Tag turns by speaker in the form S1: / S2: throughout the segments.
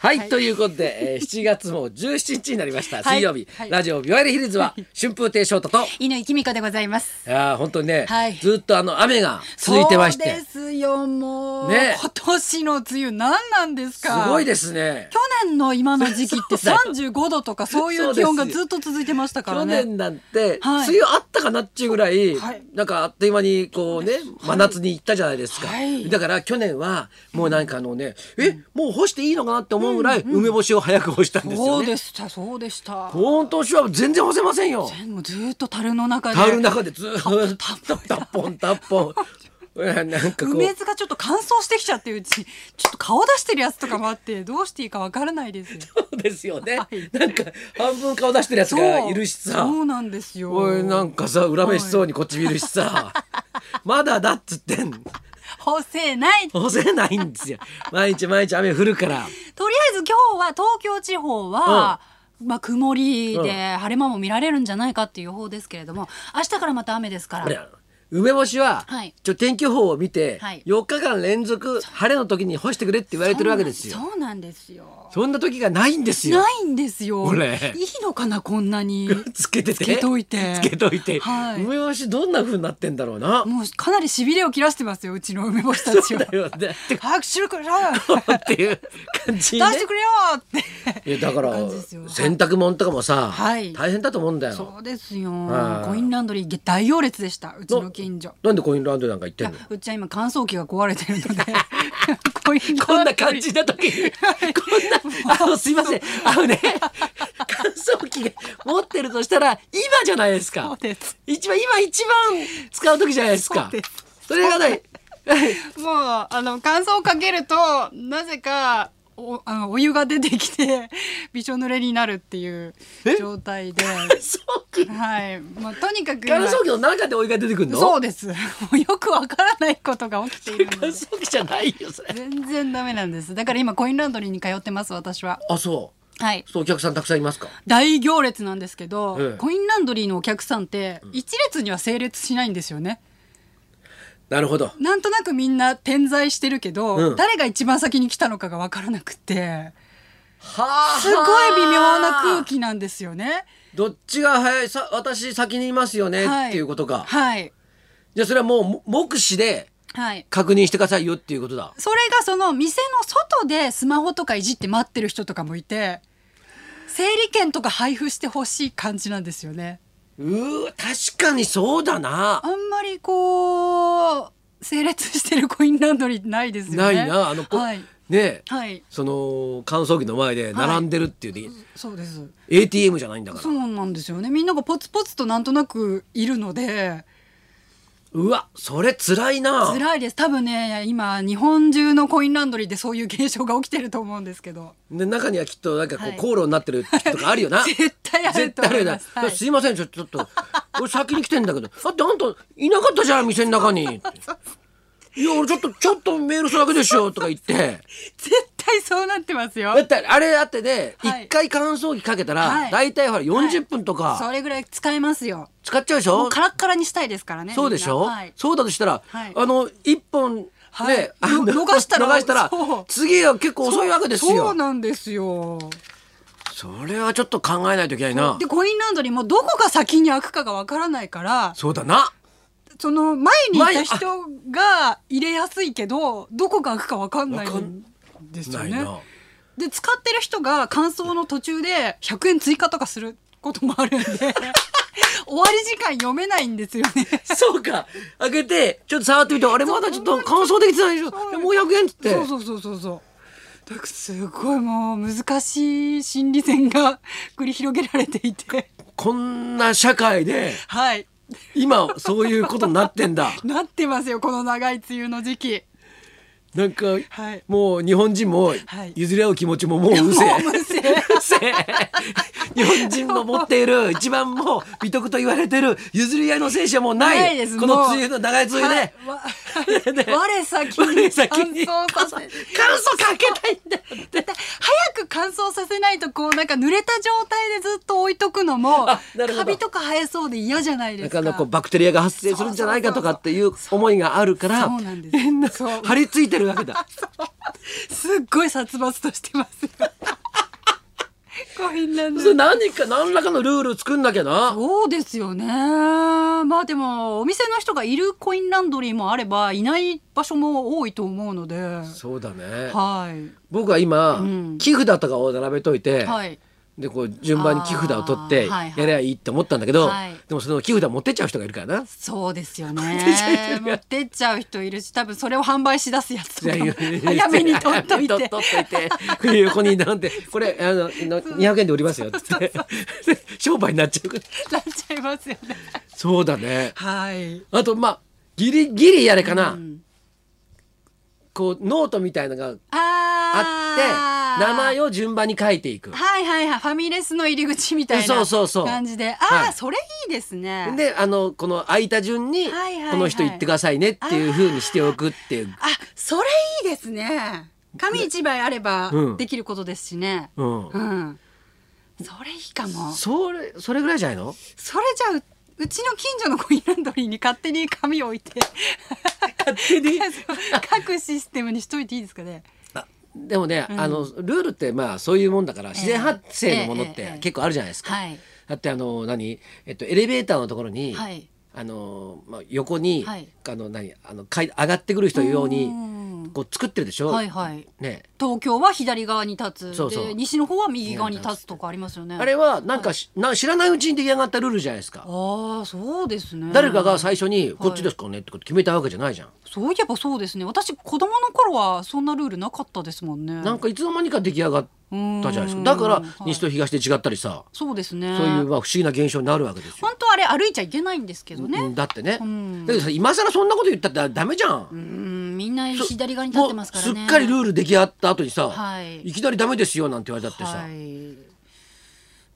S1: はい、
S2: はい
S1: ということで、えー、7月 も17日になりました
S2: はい
S1: 水曜日、
S2: はい
S1: ラジオビワイルヒルズは春風亭昇太と
S2: 乾きみこでございます。
S1: いやー本当にね、
S2: はい
S1: ずっとあの雨が続いてまし
S2: そう
S1: て
S2: ですすよ、もう。
S1: ね
S2: 今年の梅雨何なんですか。
S1: ごい
S2: す。
S1: ですね
S2: 去年の今の時期って
S1: そうだよ
S2: 35度とかそういう気温がずっと続いてましたから
S1: 去
S2: ね。
S1: 年なんて、
S2: はい
S1: 梅雨あったかなっちゅうぐらい、
S2: はい
S1: なんかあっという間にこうね真夏に行ったじゃないですか、
S2: はい
S1: だから去年はもうなんかあのね、えもう干していいのかなって思うぐらい梅干しを早く干したんです
S2: そ
S1: よ
S2: う
S1: ね
S2: でした、そうでした。
S1: 今年は全然干せませんよ
S2: もうずっと樽の中で。
S1: タオルの中でずーっとタッポンタッポンえなんかこう
S2: 梅酢がちょっと乾燥してきちゃってうち、ちょっと顔出してるやつとかもあって、どうしていいかわからな いですよ。
S1: そうですよね、
S2: はい
S1: なんか半分顔出してるやつがいるしさ
S2: そうなんですよ。
S1: おいなんかさ恨めしそうにこっち見るしさ、まだだっつってん
S2: 干せない
S1: 干せないんですよ毎日毎日雨降るから
S2: とりあえず今日は東京地方は、まあ曇り
S1: うん
S2: で晴れ間も見られるんじゃないかっていう予報ですけれども、明日からまた雨ですから。
S1: 俺梅干しは、
S2: はい
S1: ちょ天気予報を見て、
S2: はい
S1: 4日間連続晴れの時に干してくれって言われてるわけですよ
S2: そうなんですよ。
S1: そんな時がないんですよ
S2: ないんですよ。
S1: これ
S2: いいのかなこん なに。
S1: つけてて
S2: つけといて
S1: つけといて、
S2: はい
S1: 梅干しどんな風になってんだろうな
S2: もうかなりしびれを切らしてますようちの梅干したちは
S1: だ。よねって
S2: 早 く汁くれよ。
S1: っていう感じ
S2: 出
S1: ね
S2: してくれよって。
S1: いやだから
S2: 感じですよ
S1: 洗濯物とかもさ、
S2: はい
S1: 大変だと思うんだよ
S2: そうですよ
S1: は。い
S2: コインランドリー大行列でしたうちの近所。
S1: なんでコインランドリーなんか行っ
S2: い
S1: てん
S2: や
S1: の
S2: うちは今乾燥機が壊れてる ので コインランドリー
S1: こんな感じな時にこんなあのすいませんあのね乾燥機が持ってるとしたら今じゃないです
S2: そう
S1: か
S2: です
S1: 一番今一番使う時じゃないですか
S2: そうです
S1: それがない
S2: もうあの乾燥をかけるとなぜかおあのお湯が出てきて びしょ濡れになるっていう
S1: え
S2: 状態で
S1: 乾燥機
S2: はい、まあ、とにかく
S1: 乾燥機の中でお湯が出てくるの
S2: そうです もうよくわからないことが起きているの
S1: 乾
S2: で
S1: 燥機じゃないよそれ
S2: 全然ダメなんですだから今コインランドリーに通ってます私は
S1: あそ
S2: はい
S1: そうお客さんたくさんいますか
S2: 大行列なんですけど、
S1: ええ
S2: コインランドリーのお客さんって一列には整列しないんですよね、
S1: なるほど
S2: なんとなくみんな点在してるけど、
S1: うん
S2: 誰が一番先に来たのかが分からなくて
S1: はあ
S2: すごい微妙な空気なんですよね。
S1: どっちが早いさ私先にいますよね、
S2: はい
S1: っていうことか
S2: はい
S1: じゃあそれはもうも目視で
S2: はい
S1: 確認してくださいよっていうことだ
S2: それがその店の外でスマホとかいじって待ってる人とかもいて整理券とか配布してほしい感じなんですよね。
S1: うー確かにそうだな
S2: あんまりこう整列してるコインランドリーないですよ
S1: ない
S2: ね。
S1: なあのこ、
S2: はい
S1: ねえ
S2: はい
S1: その乾燥機の前で並んでるっていう、ね
S2: そうです。
S1: ATM じゃないんだから
S2: そううなんですよね。みんながポツポツとなんとなくいるので。
S1: わそれ辛いな
S2: 辛いです多分ね今日本中のコインランドリーでそういう現象が起きてると思うんですけど
S1: で中にはきっとなんかこう、
S2: はい
S1: 口論になってる人とかあるよな
S2: 絶対ある
S1: 絶
S2: と思
S1: 対あるよ
S2: いま
S1: な
S2: す、
S1: いや
S2: はい
S1: すいませんちょちょっと俺先に来てんだけどだってあんたいなかったじゃん店の 中にいや俺ちょっとちょっとメールするだけでしょとか言 って
S2: 絶対そうなってますよ
S1: だってあれだってね一、
S2: はい
S1: 回乾燥機かけた
S2: は
S1: ら
S2: い
S1: 大体ほら40分と
S2: そ
S1: か
S2: れぐらい使えますよ
S1: 使っちゃうでしょ、
S2: もうカラッカラにしたいですからね
S1: そうでしょ、
S2: みんなはい、
S1: そうだとしたら、
S2: はい
S1: あの一本
S2: はい
S1: ね、
S2: の
S1: あの
S2: 逃したら
S1: 逃したら
S2: そう
S1: 次は結構遅いわけです
S2: そうそ
S1: よ
S2: うなんですよ
S1: それはちょっと考えないといけないな
S2: でコインランドリーもどこが先に開くかがわからないから
S1: そうだな
S2: その前にい
S1: 前
S2: た
S1: あ
S2: 人が入れやすいけどどこが開くかわかんない
S1: わか
S2: ん
S1: ん
S2: ですよ
S1: ない
S2: ね
S1: な
S2: で使ってる人が感想の途中で100円追加とかすることも あるんで終わり時間読めないんですよね。
S1: そうか開けてちょっと触ってみてあれまだちょっと乾燥できてないでしょ
S2: そう
S1: いやもう100円っつって
S2: そうそうそうそうそう。だからすごいもう難しい心理戦が繰り広げられていて
S1: こんな社会で
S2: はい
S1: 今そういうことになってん だ
S2: なってますよこの長い梅雨の時期
S1: なんか
S2: はい
S1: もう日本人も
S2: はい
S1: 譲り合う気持ちももううるせえ、
S2: もううるせえ
S1: 日本人の持っている一番もう美徳と言われている譲り合いの精神はもうない
S2: ないです
S1: この
S2: もう
S1: 梅雨の長い梅雨で
S2: わ
S1: ね
S2: 我先
S1: 我
S2: に
S1: 先
S2: 乾
S1: に
S2: 燥させ
S1: 乾燥かけたいんだよって
S2: 早く乾乾燥させないとこうなんか濡れた状態でずっと置いとくのも
S1: あなるほど
S2: カビとか生えそうで嫌じゃないで
S1: な
S2: す
S1: か
S2: か。
S1: なかこうバクテリアが発生するんじゃないかとかっていう思いがあるから
S2: そうなんです
S1: みんな
S2: そう
S1: 張り付いてるわけだ
S2: すっごい殺伐としてますよ。 コインランド
S1: それ何か何らかのルール作んなきゃな
S2: そうですよね。まあでもお店の人がいるコインランドリーもあればいない場所も多いと思うので。
S1: そうだね
S2: はい。
S1: 僕は今、
S2: うん
S1: 木札とかを並べといて、
S2: はい。
S1: でこう順番に木札を取って
S2: あーはいはい
S1: やればいいって思ったんだけど、
S2: はい
S1: でもその木札持ってっちゃう人がいるからな。
S2: そうで すよね。持ってっちゃう人いるし、多分それを販売し出すやつとかも 早めに取っとい。
S1: 早めに取ってといて冬横に並んでこれあのの200円で売りますよっつって 商売になっちゃうから
S2: なっちゃいますよね。
S1: そうだね
S2: はい。
S1: あとまあギリギリあれかな、
S2: うん
S1: こうノートみたいのがあ
S2: あ
S1: って名前
S2: を。
S1: を順番に書いていく
S2: はいはいはい。ファミレスの入り口みたいな
S1: そうそうそう
S2: 感じで。ああ、
S1: はい
S2: それいいですね。
S1: であのこの空いた順に
S2: はいはいはい
S1: この人言ってくださいねっていう風にしておくっていう、
S2: あ、それいいですね。紙一枚あれば
S1: うん
S2: できることですしね。
S1: うん
S2: うん。それいいかも。
S1: それそれぐらいじゃない の
S2: それじゃあう、うちの近所のコインランドリーに勝手に紙を置いて。
S1: 勝手に
S2: 各システムにしといていいですかね。
S1: あでもね、あのルールってまあそういうもんだから自然発生のものっ
S2: えええ
S1: て
S2: え
S1: 結構あるじゃないですか。
S2: はい
S1: だってあの何、えっと、エレベーターのところに、
S2: はい
S1: あのまあ、横に、
S2: はい
S1: あの何あの階上がってくる人用
S2: う
S1: に
S2: ん
S1: こう作ってるでしょ。
S2: はいはい。
S1: ね、
S2: 東京は左側に立つ。
S1: そうそう
S2: で、西の方は右側に立つとかありますよね。
S1: あれはなんかし、な知らないうちに出来上がったルールじゃないですか。
S2: ああ、そうですね。
S1: 誰かが最初にこっちですかねってこと決めたわけじゃないじゃん。
S2: そういえばそうですね。私子供の頃はそんなルールなかったですもんね。
S1: なんかいつの間にか出来上がったじゃないです
S2: う
S1: か。
S2: ん
S1: だから
S2: はい
S1: 西と東で違ったりさ、
S2: そうですね。
S1: そういうまあ不思議な現象になるわけですよ。
S2: 本当あれ歩いちゃいけないんですけどね。
S1: うんだってね、
S2: うん
S1: だけどさ今更そんなこと言ったってダメじゃん、
S2: うん、みんな
S1: そ
S2: 左側に立ってますからね。
S1: もうすっかりルール出来上がった後にさ、
S2: はい
S1: い、きなりダメですよなんて言われたってさ、
S2: はい。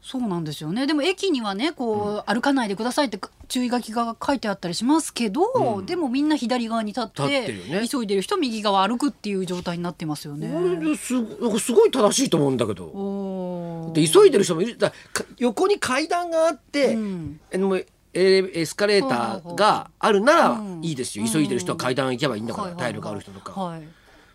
S2: そうなんですよね。でも駅にはね、こう、歩かないでくださいって注意書きが書いてあったりしますけど、でもみんな左側に立って
S1: 立ってるよね
S2: 急いでる人右側歩くっていう状態になってますよね。
S1: 俺すなんかすごい正しいと思うんだけど
S2: おー
S1: で急いでる人もいるだからか横に階段があって、
S2: うん
S1: えもうエレエスカレーターがあるならいいですよ、
S2: うん
S1: 急いでる人は階段行けばいいんだから、
S2: はいはいはい
S1: 体力ある人とか、
S2: はい。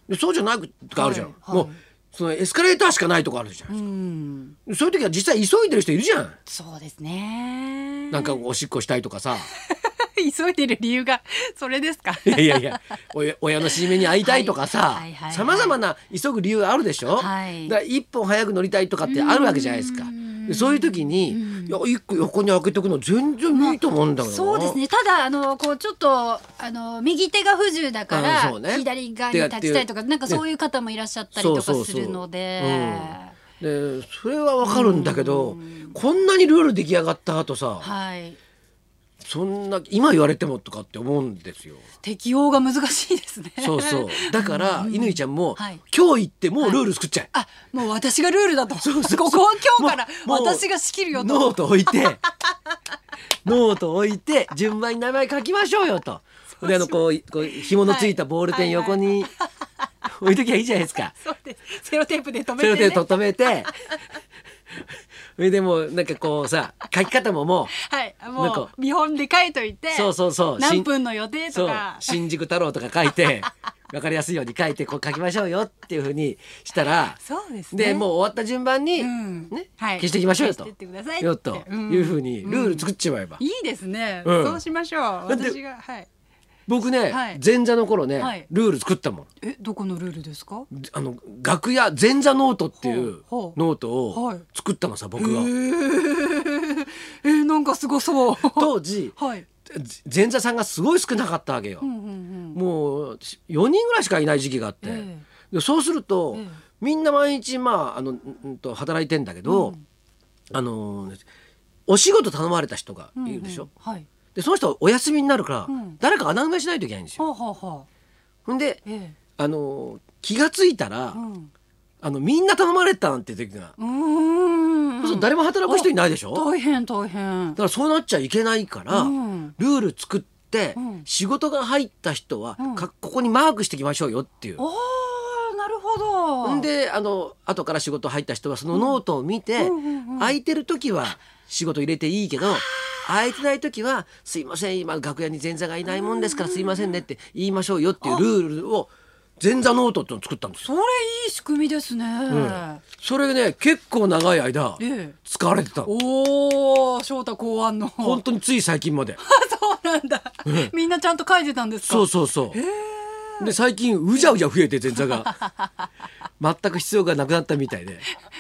S1: でそうじゃなくがあるじゃん、
S2: はいはい
S1: もうそのエスカレーターしかないとこあるじゃん、
S2: うん。
S1: そういう時は実際急いでる人いるじゃん
S2: そうですね。
S1: なんかおしっこしたいとかさ
S2: 急いでる理由がそれですか。
S1: いやいやいや 親親の死に目に会いたいとかさ
S2: はいはいはいはい
S1: さまざまな急ぐ理由あるでしょ、
S2: はい
S1: だから一本早く乗りたいとかってあるわけじゃないですか
S2: うん
S1: でそういう時に「いや一個横に開けておくの全然いいと思うんだけどな
S2: そうですね。ただあのこうちょっとあの右手が不自由だから、
S1: うんそうね
S2: 左側に立ちたいとか
S1: 手が
S2: なんかそういう方もいらっしゃったり
S1: そう
S2: と
S1: そ
S2: か
S1: うそ
S2: す
S1: う
S2: るので、
S1: でそれはわかるんだけどこんなにルール出来上がった後さ
S2: はい。
S1: そんな今言われてもとかって思うんですよ。
S2: 適応が難しいですね。
S1: そうそう。 だから乾ちゃんも
S2: はい
S1: 今日行ってもうルール作っちゃえ。
S2: あ、もう私がルールだと。 ここは今日から
S1: もうもう
S2: 私が仕切るよと。
S1: ノート置いて ノート置いて順番に名前書きましょうよと。であのこうこう紐のついたボールペン横に 置いときゃいいじゃないですか。
S2: そうです。セロテープ で止
S1: それ
S2: め
S1: で
S2: て、ね。
S1: 止め て。それでもうなんかこうさ書き方もも
S2: はい。
S1: なん
S2: も
S1: か
S2: う見本で書いといて。
S1: そうそうそう
S2: 何分の予定
S1: うそ
S2: と
S1: う
S2: か。
S1: 新宿太郎とか書いて分かりやすいように書いてこう書きましょうよっていうふうにしたら
S2: そうですね。
S1: でもう終わった順番に、
S2: うん
S1: ね
S2: はい
S1: 消していきましょうよと
S2: 消してってくださいって
S1: よと
S2: うん
S1: いうふうにルール作っちまえば、
S2: いいですね。
S1: うん
S2: そうしましょう。
S1: って
S2: 私がはい。
S1: 僕ね、
S2: はい
S1: 前座の頃ね、
S2: はい
S1: ルール作ったもん
S2: え、どこのルールですか？
S1: あの楽屋前座ノートっていう
S2: ほうほう
S1: ノートを
S2: はい
S1: 作ったのさ僕が、
S2: えー、なんかすごそう。
S1: 当時
S2: はい。
S1: 前座さんがすごい少なかったわけよ、
S2: うんうん
S1: もう4人ぐらいしかいない時期があって、
S2: え
S1: でそうすると、
S2: ええ
S1: みんな毎日まああのんんと働いてんだけど、あのお仕事頼まれた人が
S2: うん。
S1: いるでしょ、
S2: うんうんはい。
S1: でその人はお休みになるから、
S2: うん
S1: 誰か穴埋めしないといけないんですよ。
S2: はあ、はあはあ、
S1: ほんで、
S2: え
S1: あのー気がついたら、
S2: え。うん。
S1: あのみんな頼まれたなんて時が、
S2: うーん。
S1: そう誰も働く人いないでしょ。だ
S2: 大変大変。
S1: からそうなっちゃいけないから、
S2: うん
S1: ルール作って、
S2: うん
S1: 仕事が入った人は、
S2: うん
S1: かここにマークしていきましょうよっていう。
S2: おお、なるほほど。
S1: んであの後から仕事入った人はそのノートを見て、
S2: うんうんうん
S1: 空いてる時は仕事入れていいけど空いてない時は「すいません今楽屋に前座がいないもんですからすいませんね」って言いましょうよっていうルールを前座ノートっていうのを作ったんですよ。
S2: それいい仕組みですね。
S1: それね結構長い間
S2: ええ
S1: 使われてたの
S2: おお、翔太考案の。
S1: 本
S2: 本
S1: 当につい最近まで。
S2: 当そうなんだ。 みんなちゃんと書いてたんですか。
S1: そうそうそう。で最近うじゃうじゃ増えて前座が全く必要がなくなったみたいで。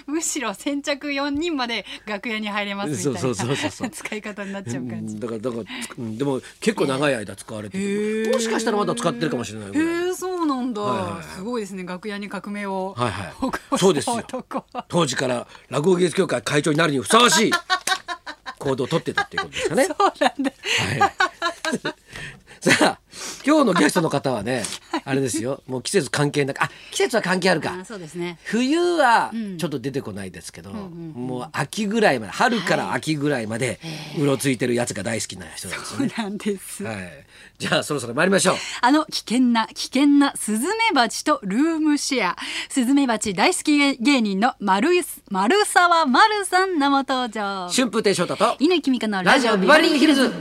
S2: むしろ先着4人まで楽屋に入れますみたいな
S1: そうそうそうそうそう
S2: 使い方になっちゃう感じ。
S1: だからだからつうんでも結構長い間使われて
S2: へ
S1: る
S2: ー
S1: もしかしたらまだ使ってるかもしれないぐらい
S2: へえそうなんだ、
S1: はいはいはい
S2: すごいですね楽屋に革命を、
S1: はいはい
S2: 起こした
S1: そうですよ
S2: 男は
S1: 当時から落語芸術協会会長になるにふさわしい行動をとってたっていうことですかね。
S2: そうなんだ
S1: はい、 さあ今日のゲストの方はね、あれですよもう季節関係なくあ季節は関係あるか
S2: あそうですね
S1: 冬は
S2: うん
S1: ちょっと出てこないですけど、
S2: ん
S1: もう秋ぐらいまで春から秋ぐらいまでうろついてるやつが大好きな人なんですよ
S2: そう
S1: ね。
S2: なんです、
S1: はい、じゃあそろそろ参りましょう。
S2: あの危険な危険なスズメバチとルームシェアスズメバチ大好き芸人の丸い丸沢丸さん生登場
S1: 春風亭昇太と
S2: 犬木美香
S1: ラ
S2: のラ
S1: ジ
S2: ジ
S1: オ
S2: オ
S1: ビ
S2: ビ
S1: バ
S2: バ
S1: リ
S2: リ
S1: ーヒルズ。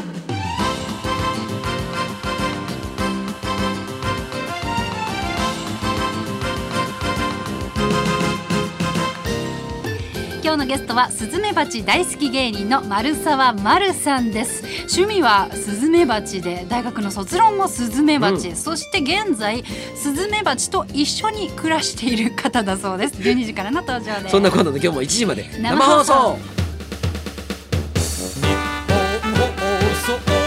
S2: 今日のゲストはスズメバチ大好き芸人の丸沢丸さんです趣味はスズメバチで大学の卒論もスズメバチ、そして現在スズメバチと一緒に暮らしている方だそう です12時からの登場です
S1: そんなこんなで今日も1時まで生
S2: 生
S1: 放送
S2: 放送。
S3: 放送